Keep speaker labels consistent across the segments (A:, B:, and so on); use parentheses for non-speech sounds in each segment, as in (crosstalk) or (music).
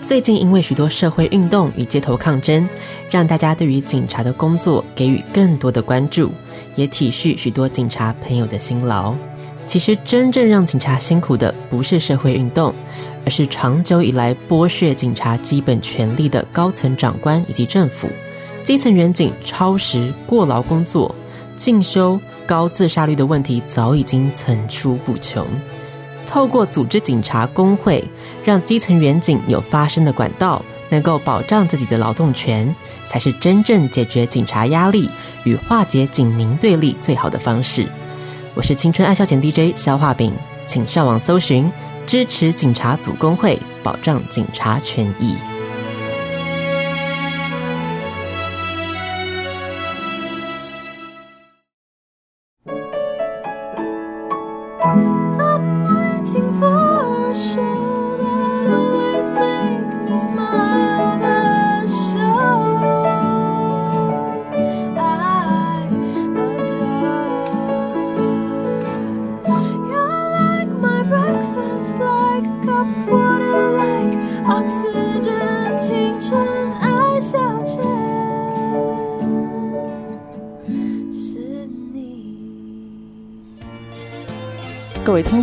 A: 最近因为许多社会运动与街头抗争，让大家对于警察的工作给予更多的关注，也体恤许多警察朋友的辛劳。其实，真正让警察辛苦的不是社会运动，而是长久以来剥削警察基本权利的高层长官以及政府。基层员警超时、过劳工作、进修、高自杀率的问题早已经层出不穷。透过组织警察工会，让基层员警有发声的管道，能够保障自己的劳动权，才是真正解决警察压力与化解警民对立最好的方式。我是青春爱消遣 DJ 肖化饼，请上网搜寻支持警察组工会，保障警察权益。
B: Waiting for a show that always make me smile. The show I adore. You're like my breakfast, like a cup of water, like oxygen. 青春爱消遣，是你。
C: 各位听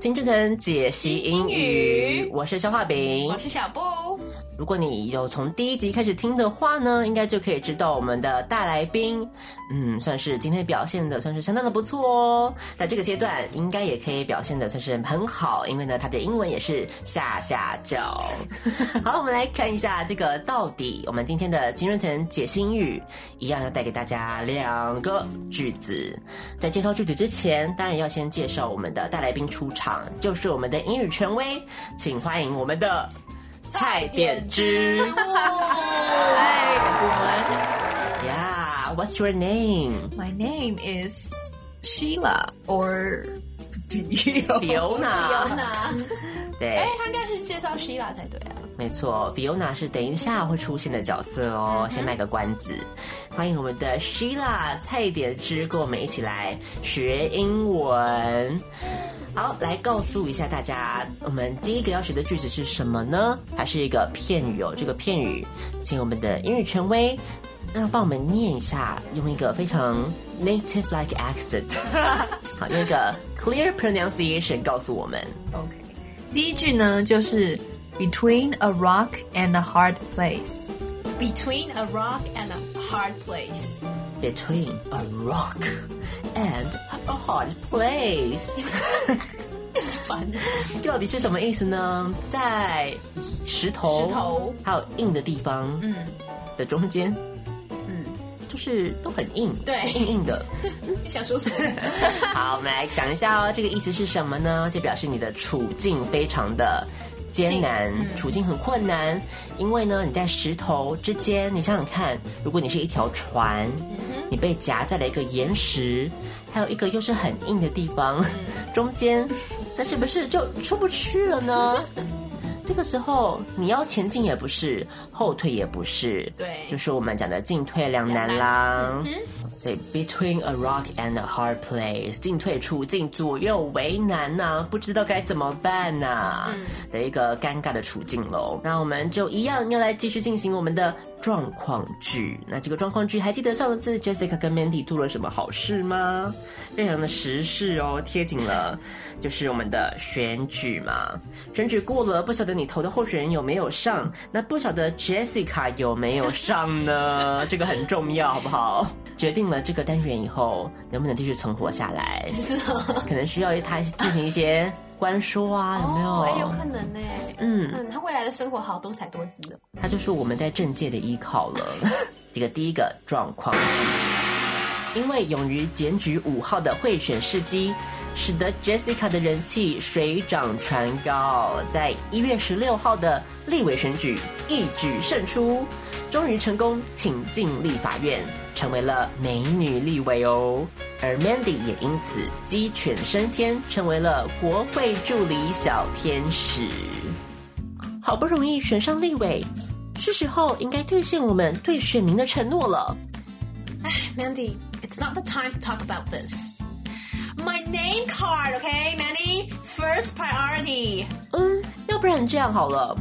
A: 青春藤解析英语，我是肖化饼，
D: 我是小布，
A: 如果你有从第一集开始听的话呢，应该就可以知道我们的大来宾，嗯，算是今天表现的算是相当的不错哦。在这个阶段，应该也可以表现的算是很好，因为呢，他的英文也是下下
D: (laughs)
A: 叫。好，我们来看一下这个到底我们今天的金润腾解心语一样要带给大家两个句子。在介绍句子之前，当然要先介绍我们的大来宾出场，就是我们的英语权威，请欢迎我们的。菜点之。
D: 嗨，
A: Yeah, what's your name?
D: 我们 My name is Sheila or
A: Fiona。对，
D: 哎，他应该是介绍 Sheila 才对啊。
A: 没错，Fiona 是等一下会出现的角色
D: 嗯
A: 哦，先卖个关子。欢迎我们的 Sheila 蔡点之，跟我们一起来学英文。好，来告诉一下大家，我们第一个要学的句子是什么呢？它是一个片语哦，这个片语，请我们的英语权威。那帮我们念一下，用一个非常 native-like accent，好，用一个 clear pronunciation 告诉我们。
D: OK，第一句呢就是 Between a rock and a hard place。Between a rock and a hard place。
A: between a rock and a hard place
D: 烦。
A: (laughs) 到底是什么意思呢？在石头、
D: 石头
A: 还有硬的地方，嗯，的中间，嗯，就是都很硬，
D: 对
A: 硬硬的。
D: 你想说什么？
A: (laughs) 好，我们来讲一下哦，这个意思是什么呢？就表示你的处境非常的艰难，处境很困难，因为呢你在石头之间，你想想看，如果你是一条船，你被夹在了一个岩石，还有一个又是很硬的地方、中间，那是不是就出不去了 (laughs) 呢？这个时候你要前进也不是，后退也不是，
D: 对
A: 就是我们讲的进退两难嗯啦。所以 between a rock and a hard place，进退处境左右为难呐、不知道该怎么办呐、的一个尴尬的处境喽。那我们就一样要来继续进行我们的状况剧。那这个状况剧，还记得上次 Jessica 跟 Mandy 做了什么好事吗？非常的时事哦，贴紧了，就是我们的选举嘛。选举过了，不晓得你投的候选人有没有上？那不晓得 Jessica 有没有上呢？这个很重要，好不好？决定了这个单元以后，能不能继续存活下来？是、可能需要他进行一些官说啊，有没
E: 哦
A: 有？
F: 哎有可能呢、
A: 嗯，
F: 嗯，他未来的生活好多彩多姿哦。
A: (laughs) 它就是我们在政界的依靠了。这个第一个状况剧，因为勇于检举五号的贿选事迹，使得 Jessica 的人气水涨船高，在一月十六号的立委选举一举胜出，终于成功挺进立法院，成为了美女立委哦。而 Mandy 也因此鸡犬升天，成为了国会助理小天使。好不容易选上立委，是时候应该兑现我们对选民的承诺了。
F: Mandy, it's not the time to talk about this. My name card, okay, Mandy? First priority.
A: 嗯，要不然这样好了，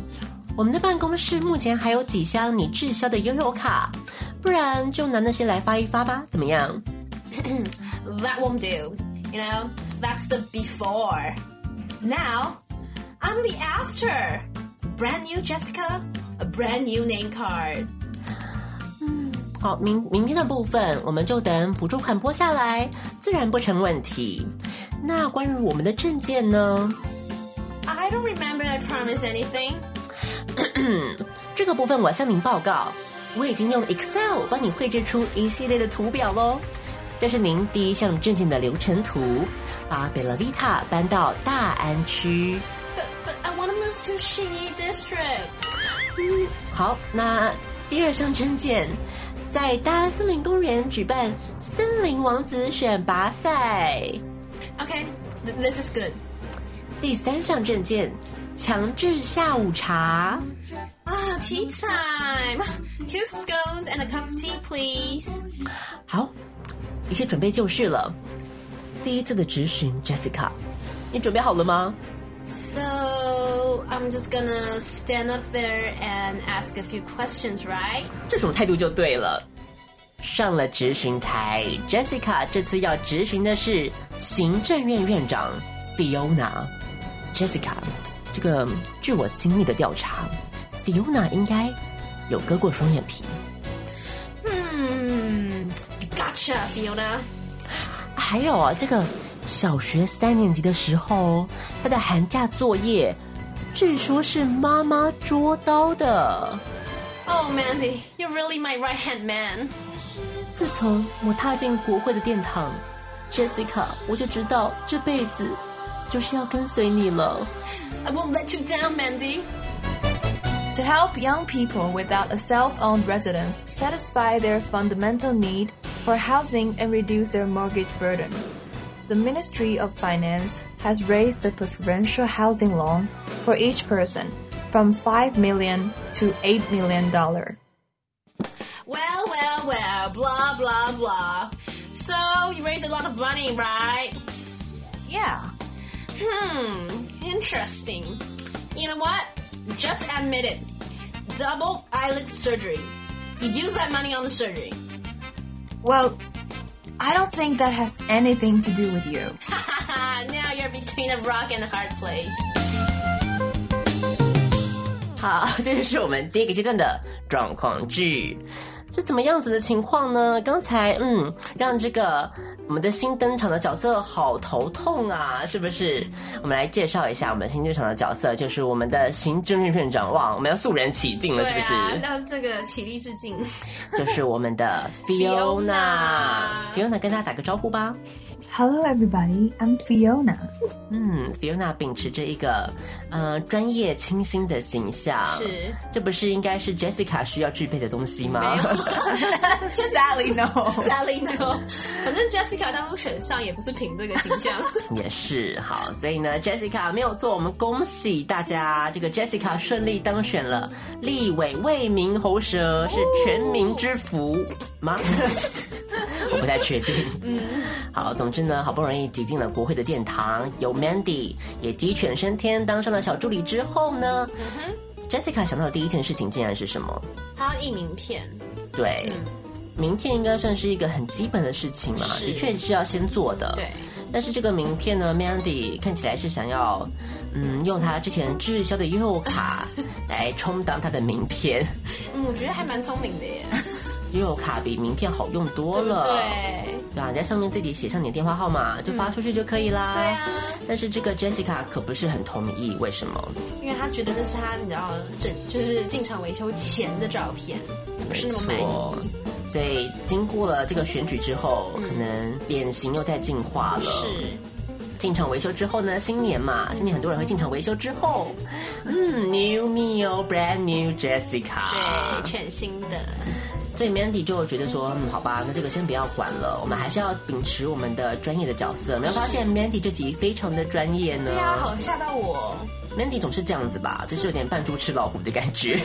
A: 我们的办公室目前还有几箱你滞销的悠游卡，不然就拿那些来发一发吧，怎么样？
F: That won't do. You know, that's the before. Now, I'm the after. Brand new Jessica, a brand new name card.
A: 好，明明天的部分我们就等补助款拨下来，自然不成问题。那关于我们的证件呢？
F: I don't remember I promised anything.
A: 这个部分我向您报告，我已经用 Excel 帮你绘制出一系列的图表喽。这是您第一项证件的流程图，把贝拉维塔搬到大安区。
F: But, but I want to move to Xinyi District.
A: 好，那第二项证件，在大安森林公园举办森林王子选拔赛。
F: Okay, th- this is good.
A: 第三项证件，强制下午茶。
F: Ah, tea time. Two scones and a cup of tea, please.
A: 好，一切准备就绪了。第一次的质询，Jessica，你准备好了吗？
F: So I'm just gonna stand up there and ask a few questions, right?
A: 这种态度就对了。上了质询台，Jessica 这次要质询的是行政院院长 Fiona。Jessica，这个据我精密的调查，Fiona 应该有割过双眼皮。
F: Hmm. Gotcha, Fiona.
A: 还有啊，这个小学三年级的时候，她的寒假作业据说是妈妈捉刀的。
F: Oh, Mandy, you're really my right hand man.
A: 自从我踏进国会的殿堂，Jessica，我就知道这辈子就是要跟随你了。
F: I won't let you down, Mandy.
D: To help young people without a self owned residence satisfy their fundamental need for housing and reduce their mortgage burden, the Ministry of Finance has raised the preferential housing loan for each person from $5 million to $8 million.
F: Well, well, well, blah, blah, blah. So you raised a lot of money, right?
D: Yeah.
F: Hmm, interesting. You know what? Just admit it. Double eyelid surgery. You use that money on the surgery.
D: Well, I don't think that has anything to do with you.
F: Haha, now you're between a rock and a hard place.
A: 好，这就是我们第一个阶段的状况剧。是怎么样子的情况呢？刚才嗯，让这个我们的新登场的角色好头痛啊，是不是？我们来介绍一下我们新登场的角色，就是我们的行政院院长。哇，我们要肃然起敬了，是不是？
F: 啊
A: 就是我们的 Fiona。Fiona 跟大家打个招呼吧。
D: Hello, everybody. I'm Fiona.
A: 嗯，Fiona 秉持着一个呃专业清新的形象，
F: 是，
A: 这不是应该是 Jessica 需要具备的东西 (laughs) 吗？
D: Sadly, no.
F: Sally no，反正 Jessica 当初选上也不是凭这个形 (laughs) 象。
A: 也是好，所以呢，Jessica 没有错，我们恭喜大家，这个 Jessica 顺利当选了立委为民喉舌，是全民之福吗？ (laughs) 我不太确定。嗯，好，总之呢，好不容易挤进了国会的殿堂，有 Mandy 也鸡犬升天，当上了小助理之后呢、j e s s i c a 想到的第一件事情竟然是什么？
F: 他印名片，
A: 对，
F: 嗯
A: 名片应该算是一个很基本的事情嘛，的确是要先做的。
F: 对。
A: 但是这个名片呢，Mandy 看起来是想要，嗯，用他之前滞销的优
F: (laughs)
A: 卡来充当他的名片。
F: 嗯，我觉得还蛮聪明的耶，
A: 优卡比名片好用多
F: 对不
A: 了，
F: 对？嗯
A: 对啊吧？你在上面自己写上你的电话号码，就发出去就可以啦。
F: 对啊，
A: 但是这个 Jessica 可不是很同意，为什么？
F: 因为他觉得那是他你知道整就是进场维修前的照片，不是那么满
A: 没错
F: 意。
A: 所以经过了这个选举之后，可能脸型又在进化了。
F: 是。
A: 进场维修之后呢，新年嘛，新年很多人会进场维修之后，嗯，new me 哦，brand new Jessica。
C: 啊
F: 对，全新的，
A: 所以 Mandy 就觉得说，嗯，好吧，那这个先不要管了，我们还是要秉持我们的专业的角色。没有发现 Mandy 这集非常的专业呢。
F: 对啊，好吓到我。
A: Mandy 总是这样子吧，就是有点扮猪吃老虎的感觉。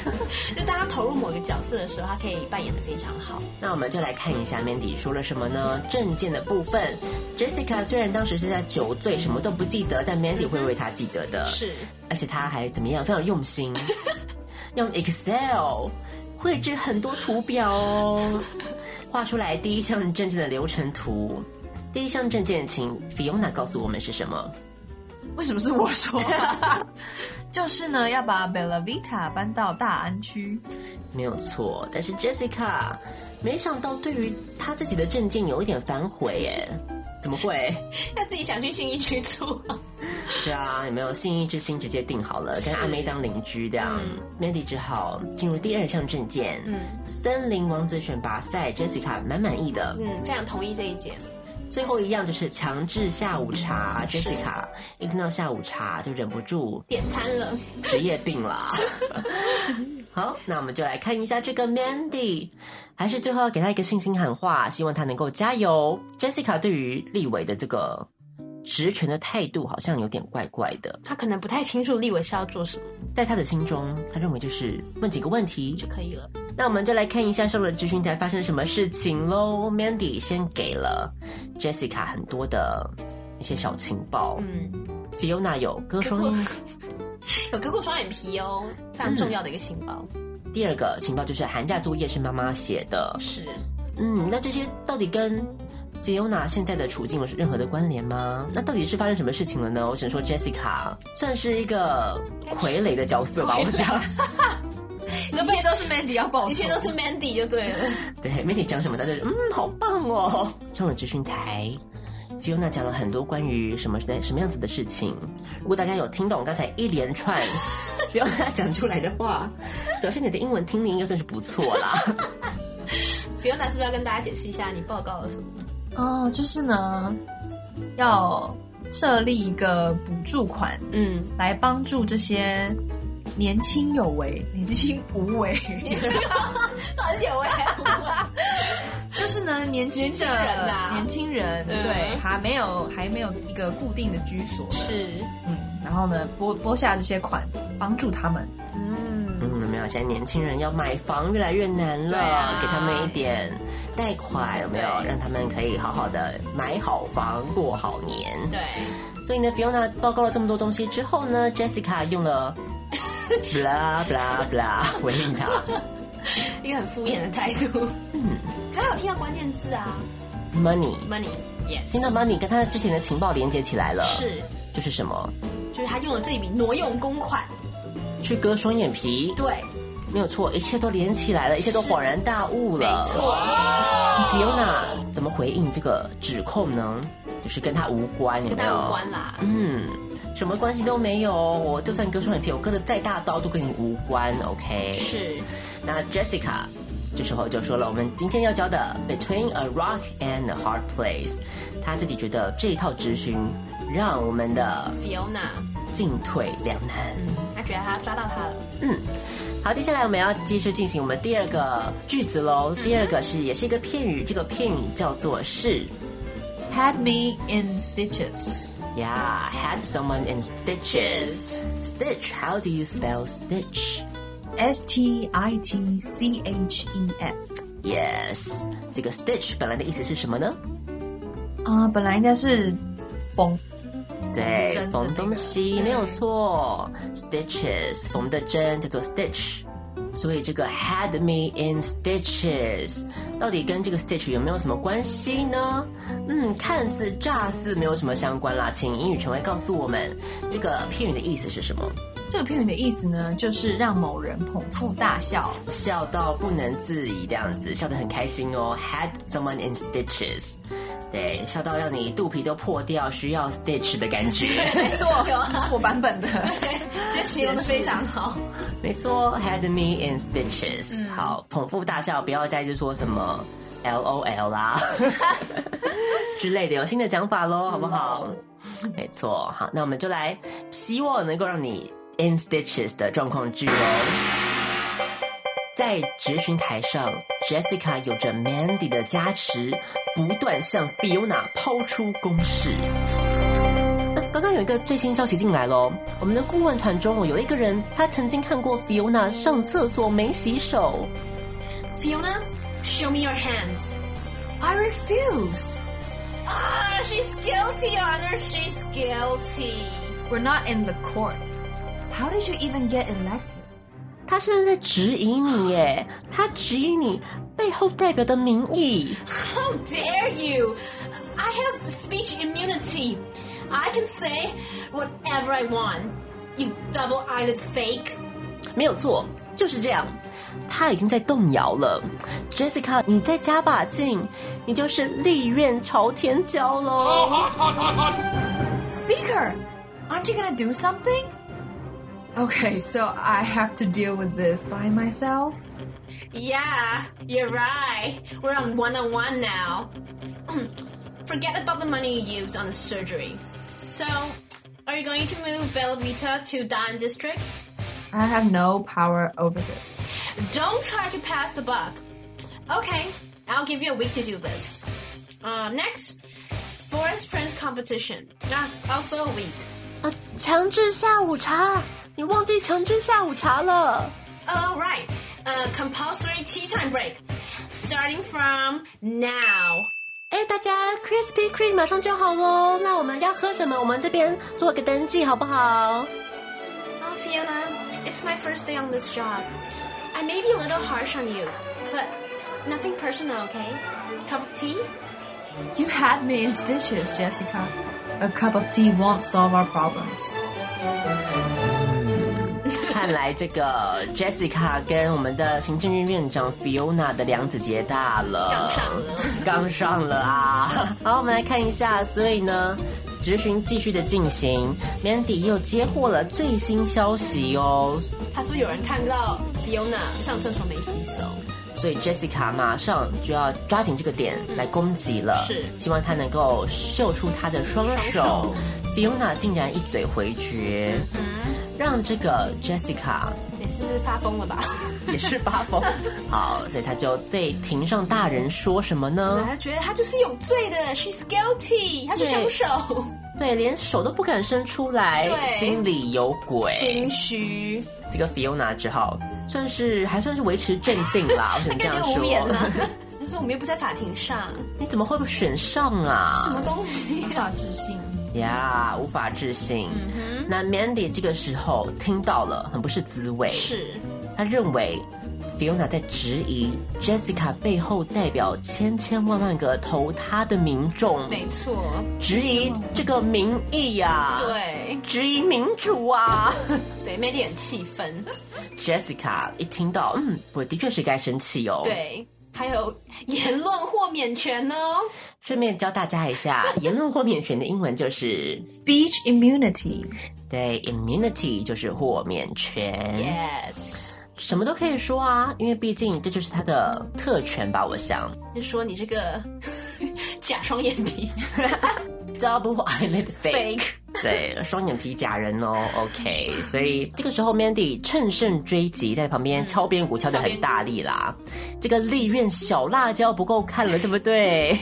F: 就大家投入某一个角色的时候，他可以扮演的非常好。
A: 那我们就来看一下 Mandy 说了什么呢？证件的部分，Jessica 虽然当时是在酒醉，什么都不记得，但 Mandy 会为她记得的。
F: 是，
A: 而且她还怎么样？非常用心，用 Excel 绘制很多图表哦，画出来第一项证件的流程图。第一项证件，请 Fiona 告诉我们是什么。
D: 为什么 (laughs) 是我说？ (laughs) 就是呢，要把 Bella Vita 搬到大安区。
A: 没有错，但是 Jessica 没想到对于她自己的证件有一点反悔耶，怎么会？
F: 他自己想去新一区住，
A: 对啊，有没有信义之星直接定好了，跟阿妹当邻居这样、m a n d y 只好进入第二项证件，嗯，森林王子选拔赛，Jessica 蛮满意的。
F: (laughs) 嗯，非常同意这一点。
A: 最后一样就是强制下午茶，Jessica 一听到下午茶就忍不住
F: 点餐了，
A: 职业病啦。好，那我们就来看一下这个 Mandy，还是最后要给她一个信心喊话，希望她能够加油。Jessica 对于立委的这个职权的态度好像有点怪怪的，
F: 他可能不太清楚立委是要做什么
A: 在他的心中，他认为就是问几个问题
F: 就可以了。
A: 那我们就来看一下受了咨询台发生什么事情喽。Mandy 先给了 Jessica 很多的一些小情报，
F: 嗯，
A: Fiona 有割双眼。
F: 有割过双眼皮哦，非常重要的一个情报。
A: 第二个情报就是寒假作业是妈妈写的，
F: 是，
A: 嗯，那这些到底跟 Fiona 现在的处境有任何的关联吗？那到底是发生什么事情了呢？我只能说 Jessica 算是一个傀儡的角色吧，我想。
D: 一切都是 Mandy 要报仇，
F: 一切都是 Mandy 就对了。
A: 对 m a n y 讲什么，他就是嗯，好棒哦。上了资讯台，Fiona 讲了很多关于什么的什么样子的事情。如果大家有听懂刚才一连串 Fiona 讲出来的话，表示你的英文听力应该算是不错啦。
F: Fiona 是不是要跟大家解释一下你报告了什么？
D: 哦，就是呢，要设立一个补助款
F: 嗯，
D: 来帮助这些年轻有为、年轻无为，
F: 到 (laughs) 底有哎为还是无为？
D: 就是呢，年轻
F: 年
D: 的
F: 轻人呐
D: 年轻人
F: 嗯
D: 对，还没有还没有一个固定的居所，
F: (laughs) 是，
D: 嗯，然后呢，拨拨下这些款，帮助他们。
F: 嗯，
A: 嗯，没有，现在年轻人要买房越来越难了，
F: 对啊
A: 给他们一点贷款，有没有
F: 对
A: 让他们可以好好的买好房，过好年？
F: 对，
A: 所以呢，Fiona 报告了这么多东西之后呢，Jessica 用了 blah blah blah 回应他。
F: 一个很敷衍的态度。嗯， (laughs) 刚刚有听到关键字啊
A: money，
F: ，money，yes，
A: 听到 money 跟他之前的情报连接起来了，
F: 是，
A: 就是什么？
F: 就是他用了这笔挪用公款，
A: 去割双眼皮，
F: 对，
A: 没有错，一切都连起来了，一切都恍然大悟
F: 没
A: 了。
F: 错，
A: ，Fiona 怎么回应这个指控呢？就是跟他无关，有
F: 跟
A: 没
F: 他
A: 有？
F: 无关啦。
A: 嗯，什么关系都没有。我就算割双眼皮，我割的再大刀都跟你无关。OK，
F: 是，
A: 那 Jessica 这时候就说了，我们今天要教的 Between a Rock and a Hard Place，她自己觉得这一套执询让我们的
F: Fiona，
A: 进退两难。
F: 嗯，他觉得他抓到他了，
A: 好，接下来我们要继续进行我们第二个句子喽。第二个是也是一个片语，这个片语叫做是
D: Had me in stitches，
A: 呀、yeah,，had someone in stitches。Stitch，how do you spell stitch？
D: S T I T C H E S。
A: Yes，这个 stitch 本来的意思是什么呢？
D: 啊、本来应该是缝，
A: 对
D: 针的，
A: 缝
D: 那
A: 东
D: 个
A: 西没有错，stitches 缝的针叫做 stitch，所以这个 had me in stitches 到底跟这个 stitch 有没有什么关系呢？嗯，看似乍似没有什么相关啦，请英语权威告诉我们这个片语的意思是什么？
D: 这个片语的意思呢，就是让某人捧腹大笑。
A: 笑到不能自已这样子，笑得很开心哦。Had someone in stitches，对，笑到让你肚皮都破掉，需要 stitch 的感觉。
D: 没错，是我版 (laughs) 本的。
F: 这形容的非常好。
A: 没错，had me in stitches、好，捧腹大笑，不要再是说什么 LOL 啦之类的，有新的讲法喽，好不好？没错，好，那我们就来，希望能够让你 in stitches 的状况剧哦。在直询台上，Jessica 有着 Mandy 的加持，不断向 Fiona 抛出攻势。那呃刚刚有一个最新消息进来喽，我们的顾问团中哦有一个人，他曾经看过 Fiona 上厕所没洗手。
F: Fiona, show me your hands.
D: I refuse.
F: Ah, she's guilty, Honor. She's guilty.
D: We're not in the court. How did you even get elected?
A: 他现在在质疑你耶，他质疑你背后代表的民意。
F: How dare you? I have speech immunity. I can say whatever I want. You double-eyed fake.
A: 没有错，就是这样。他已经在动摇了。Jessica，你再加把劲，你就是力愿朝天骄喽。
D: Speaker, aren't you gonna do something? Okay, so I have to deal with this by myself.
F: Yeah, you're right. We're on one-on-one now. Hmm. Forget about the money you used on the surgery. So, are you going to move Bella Vita to Dan District?
D: I have no power over this.
F: Don't try to pass the buck. Okay, I'll give you a week to do this. Um, next, Forest Prince competition. Ah, also a week.
A: 啊，强制下午茶，你忘记强制下午茶了。
F: All right, uh, compulsory tea time break. Starting from now.
A: 哎，大家 Krispy Kreme 马上就好喽。那我们要喝什么？我们这边做个登记好不好？
F: Oh, Fiona, it's my first day on this job. I may be a little harsh on you, but nothing personal, okay? Cup of tea?
D: You had me in stitches, Jessica. A cup of tea won't solve our problems.
A: 看来这个 Jessica 跟我们的行政院院长 Fiona 的梁子结大了，
F: 杠上了，
A: 刚上了啊！ (laughs) 好，我们来看一下，所以呢，执询继续的进行，Mandy 又接获了最新消息哦，
F: 他说有人看到 Fiona 上厕所没洗手，
A: 所以 Jessica 马上就要抓紧这个点来攻击了，
F: 是
A: 希望她能够秀出她的双
F: 双
A: 手。Fiona 竟然一嘴回绝，让这个 Jessica
F: 也是发疯了 (laughs) 吧？
A: 也是发
F: (laughs)
A: 疯。好，所以他就对庭上大人说什么呢？
F: 他觉得他就是有罪的，She's guilty，他是
A: 对
F: 凶手，
A: 对，连手都不敢伸出来，
F: 对
A: 心里有鬼。
F: 心虚，
A: 这个 Fiona 只好算是还算是维持镇定
F: (laughs)
A: 啦，我只能这
F: 感
A: 样
F: 觉无言了
A: 说。。
F: (laughs) 他说我们又不在法庭上，
A: (laughs) 你怎么会被选上啊？
F: 什么东西啊？嗯
A: 呀无法置信。那 Mandy 这个时候听到了，很不是滋味。
F: 是
A: 他认为 Fiona 在质疑 Jessica 背后代表千千万万个投他的民众，
F: 没错，
A: 质疑这个民意呀、
F: 对
A: 质疑民主啊。
F: 对，Mandy 很气愤，
A: Jessica 一听到，嗯，我的确是该生气哦。，
F: 对。还有言论豁免权哦，
A: 顺便教大家一下，言论豁免权的英文就是，
D: Speech immunity.
A: 对，immunity 就是豁免权
F: Yes，
A: 什么都可以说啊，因为毕竟这就是他的特权吧，我想。
F: 就说你这个 (laughs) 假双眼皮，
A: Double eyelid fake，对，双眼皮假人
F: (laughs)
A: 哦。OK，所以这个时候 Mandy 趁胜追击，在旁边敲边鼓敲得很大力啦。这个立院小辣椒不够看了，对不
F: (laughs)
A: 对？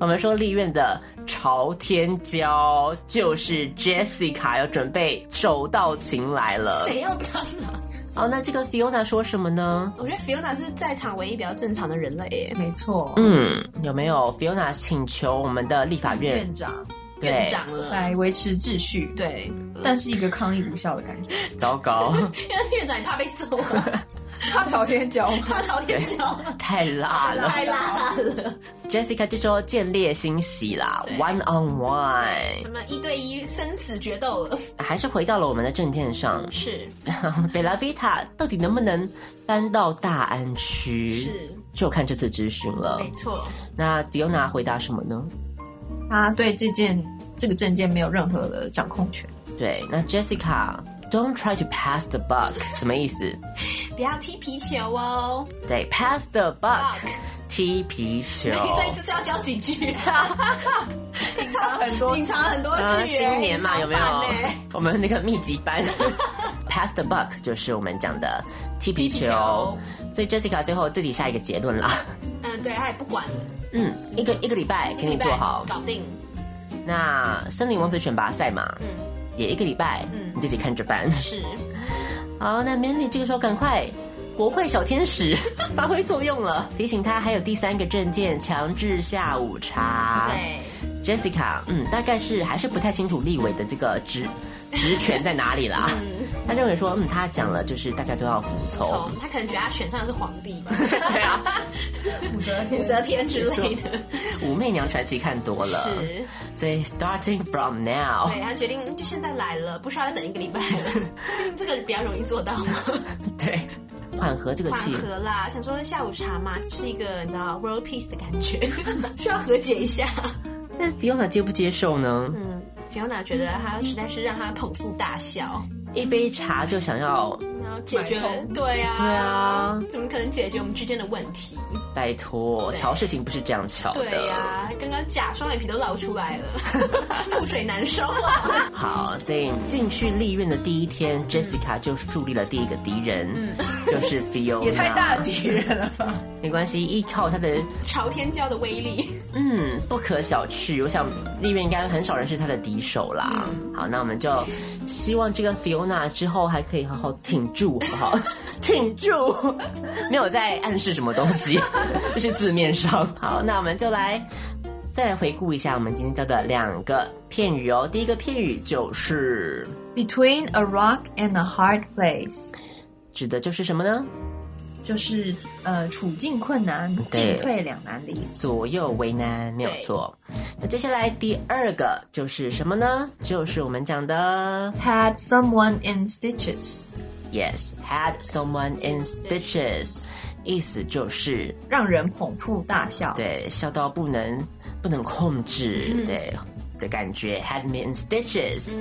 A: 我们说立院的朝天椒就是 Jessica 要准备手到擒来
D: Oh,
A: 了。
F: 谁要 (laughs) 当啊？
A: 好，那这个 Fiona 说什么呢？
F: 我觉得 Fiona 是在场唯一比较正常的人类耶。
D: 没错，
A: 嗯，有没有 Fiona 请求我们的立法院对
F: 院长了，
D: 院长来维持秩序，
F: 对，
D: 但是一个抗议无效的感觉。
F: (laughs)
A: 糟糕。
F: 因为院长也怕被揍啊。
D: (laughs) (laughs) 他朝天椒吗？
F: 他朝天
D: (laughs)
F: 椒，
A: 太辣了。
F: 太辣了。
A: Jessica 就说见猎心喜啦
F: 对
A: ，one on one，
F: 怎么一对一生死决斗了？
A: 还是回到了我们的证件上。
F: 是嗯
A: Bella Vita 到底能不能搬到大安区？
F: 是，
A: 就看这次咨询了
F: 没。错，
A: 那 Diona 回答什么呢？
D: 他对这件这个证件没有任何的掌控权。
A: 对，那 Jessica。Don't try to pass the buck，什么意思？
F: 不要踢皮球哦。
A: 对，pass the buck，
F: Buck
A: 踢皮球。
F: 你这一次是要教几句？隐藏
D: 很多
F: 隐藏很多
A: 啊，
F: 句。
A: 新年嘛，
F: 隐
A: 有
F: 藏
A: 没有
F: 版呢？
A: (laughs) 我们那个密集班 (laughs) ，pass the buck 就是我们讲的踢皮
F: 踢皮
A: 球
F: 球。
A: 所以 Jessica 最后自己下一个结论啦，
F: 嗯，对，他也不管了，
A: 嗯，一个一个礼拜给你嗯做好。
F: 搞定。
A: 那森林王子选拔赛嘛，也一个礼拜，你自己看着办。
F: 嗯是，
A: 好，那 Mandy 这个时候赶快。国会小天使 (laughs) 发挥作用了，提醒他还有第三个证件强制下午茶。
F: 对，
A: Jessica，嗯，大概是还是不太清楚立委的这个职职权在哪里啦。他认为说，嗯，他讲了就是大家都要服从
F: 从。他可能觉得他选上的是皇帝吧，
A: 对啊，
F: (laughs)
D: 武则
F: 武则天之类的。
A: 武媚娘传奇看多了，
F: 是，
A: 所以 starting from now，
F: 对他决定嗯就现在来了，不需要再等一个礼拜了。嗯这个比较容易做到嘛，
A: 对，缓和这个
F: 缓
A: 气氛。
F: 和啦。想说下午茶嘛，就是一个你知道 world peace 的感觉， (laughs) 需要和解一下。
A: 那 Fiona 接不接受呢？
F: 嗯，Fiona 觉得他实在是让他捧腹大笑，
A: 一杯茶就想要，
F: 然后解决了
D: 买通，
F: 对呀、
A: 对啊，
F: 怎么可能解决我们之间的问题？
A: 拜托，瞧事情不是这样瞧的。
F: 对呀、刚刚甲双眼皮都露出来了， (laughs) 覆水难收啊！
A: 好，所以进去立院的第一天、j e s s i c a 就树立了第一个敌人，就是 Fiona。
D: 也太大的敌人了吧？
A: (laughs) 没关系，依靠他的
F: 朝天椒的威力，
A: 嗯不可小觑，我想丽媛应该很少人是他的敌手啦。好，那我们就希望这个 Fiona 之后还可以好好挺住，好不好？ (laughs) 挺住，没有在暗示什么东西， (laughs) 就是字面上。好，那我们就来再来回顾一下我们今天教的两个片语哦。第一个片语就是
D: Between a rock and a hard place，
A: 指的就是什么呢？
D: 就是呃处境困难、
A: 对
D: 进退两难的意思。
A: 左右为难，没有
F: 对
A: 错。那接下来第二个就是什么呢？就是我们讲的
D: Had someone in stitches，
A: Yes, had someone in stitches，意思就是
D: 让人捧腹大笑。
A: 对笑到不能不能控制，对的感觉，had me in stitches。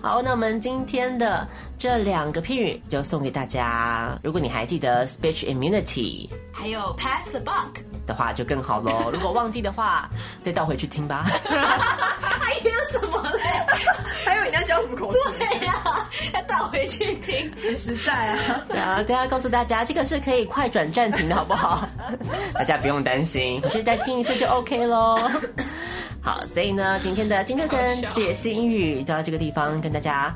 A: 好，那我们今天的这两个片语就送给大家。如果你还记得 speech immunity
F: 还有 pass the buck， (laughs)
A: 的话，就更好喽。如果忘记的话，再倒回去听吧。
F: 还有什么嘞？
D: (laughs) 还有你要教什么口诀？
F: 对呀、要倒回去听。
D: (laughs) 很实在啊！
A: (laughs) 啊，都要告诉大家，这个是可以快转暂停的，好不好？ (laughs) 大家不用担心，回去再听一次就 OK 喽。 (laughs) 好，所以呢，今天的金春藤解析英语就到这个地方跟大家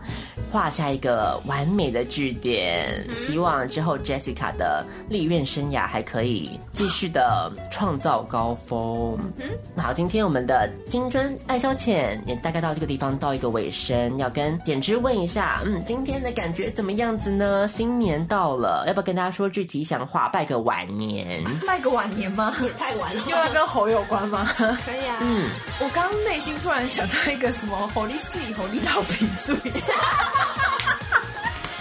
A: 画下一个完美的句点。希望之后 Jessica 的立院生涯还可以继续的创造高峰。好，今天我们的金针爱消遣也大概到这个地方到一个尾声，要跟点之问一下，嗯，今天的感觉怎么样子呢？新年到了，要不要跟大家说句吉祥话，拜个晚年？
D: 卖个晚年吗？
F: 也太晚了，
D: 又要跟猴有关吗？嗯
F: 可以啊。
D: 我刚内心突然想到一个什么猴力碎、猴力到鼻嘴，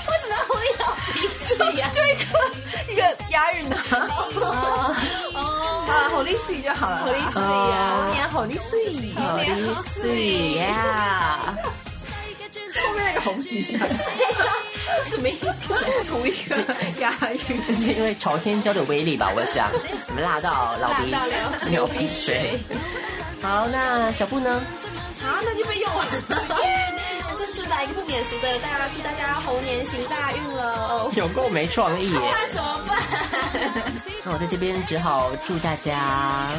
F: 为什么要回到鼻子呀？
D: 就一个一个押韵的
F: 哦，
D: 啊，猴力碎就 (laughs) 好了啦。
F: 好意思
D: 猴
F: 呀。
D: 年猴力碎，
A: 好利岁呀！
D: 后面那个猴几下？
F: 什么意思？
D: 哦图一个押韵。
A: 是因为朝天椒的威力吧，我想，你们辣到老鼻
F: 辣到流
A: 流鼻水。好，那小布呢？
F: 啊，那就被用完了。那 (laughs) 就是来一个不免俗的，大家祝大家猴年行大运喽！
A: 有够没创意耶。
F: 那怎么办？
A: 那我在这边只好祝大家，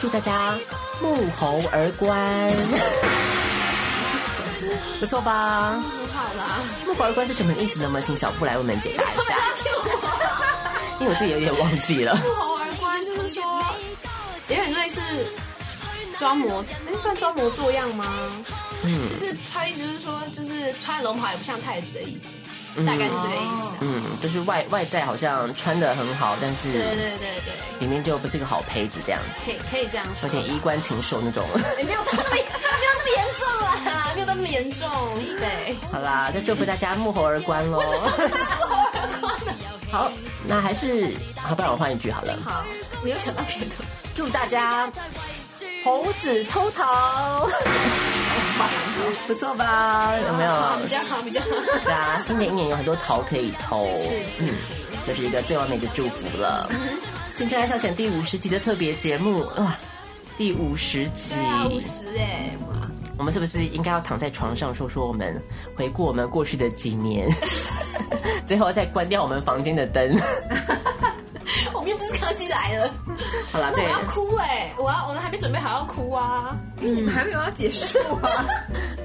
A: 祝大家沐猴而观，不错吧？
F: 很好啊啦，
A: (laughs) 沐猴而观是什么意思呢？我们请小布来为我们解答一下，因为我自己有点忘记了。
F: 不猴而观就是说，有点类似装模，哎，算装模作样吗？
A: 嗯，
F: 就是他意思就是说，就是穿龙袍也不像太子的意思。大概是这个意思啊。
A: 嗯，就是外外在好像穿的很好，但是
F: 对对对对，
A: 里面就不是个好胚子这样子，
F: 可以可以这样
A: 有
F: 说。
A: 点衣冠禽兽那种。
F: 你哎没有到那么没有那么严重啦，没有那么严重。对，
A: 好啦，就祝福大家幕后而观喽。好，那还是，好，不然我换一句好了。
F: 好，你有想到别的吗？
A: 祝大家猴子偷桃，不错吧？有没有
F: 比？较好，比较好。
A: 对啊，新的一年有很多桃可以偷，嗯
F: 是是是。嗯
A: 这是一个最完美的祝福了。《青春爱消遣》第五十集的特别节目啊，第五十集，
F: 五十哎，哇！
A: 我们是不是应该要躺在床上说说我们回顾我们过去的几年，
F: (laughs)
A: 最后再关掉我们房间的灯？
F: (laughs) 我们又不是康熙来了，
A: 好啦，
F: 我
A: 对，
F: 要哭哎！我要，我们还没准备好要哭啊！
D: 你们还没有要结束啊？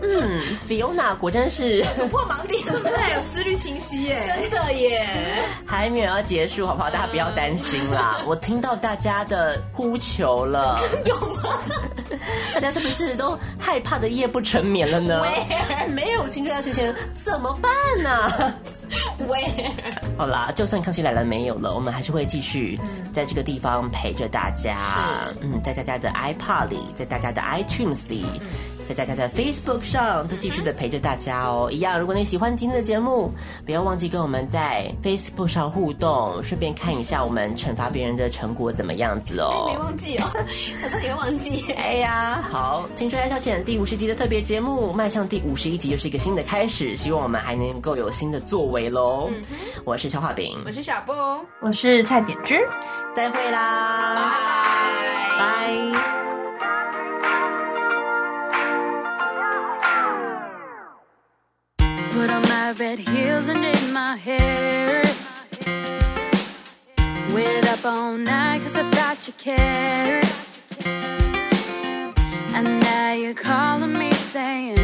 A: 嗯，Fiona 果真是
F: 突破盲点，对不
D: 对，
F: 对
D: 有？思虑清晰耶。
F: 真的耶！
A: 还没有要结束，好不好？大家不要担心啦，
F: 啊
A: 我听到大家的呼求了，
F: 有吗？
A: (laughs) 大家是不是都害怕的夜不成眠了呢？没有青春爱情前怎么办呢、
F: 喂，
A: 好啦，就算康熙来了没有了，我们还是会继续在这个地方陪着大家。嗯，在大家的 iPod 里，在大家的 iTunes 里，在大家的 Facebook 上，都继续的陪着大家哦。一样，如果你喜欢今天的节目，不要忘记跟我们在 Facebook 上互动，顺便看一下我们惩罚别人的成果怎么样子哦。
F: 没忘记哦，想 (laughs) 说你会忘记。
A: 哎呀，好，《青春爱消遣》第五十集的特别节目，迈向第五十一集又是一个新的开始，希望我们还能够有新的作为喽。我是小画饼，
D: 我是小布，我是蔡点之。
A: 再会啦，
F: 拜。
A: 拜。
E: Put on my red heels and did my hair. Waited up all night cause I thought you cared. And now you're calling me saying,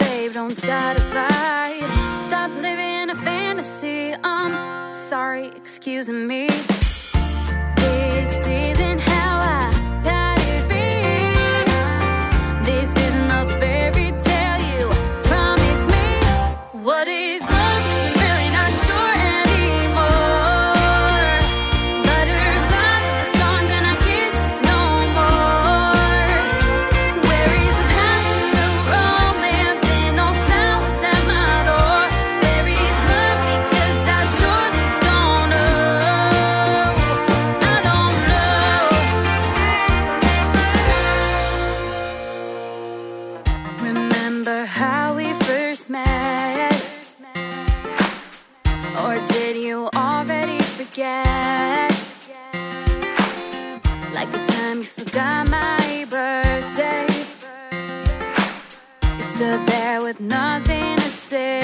E: Babe, don't start a fight. Stop living a fantasy. I'm sorry, excuse me. This isn't how I thought it'd be. This isn't a fairy tale you promised me. What is love? I'm really not sure anymore. Butterflies, a song, and I kiss no more. Where is the passion, the romance, and those flowers at my door? Where is love? Because I surely don't know. I don't know. Remember how we first met? Or did you already forget? Like the time you forgot my birthday. You stood there with nothing to say.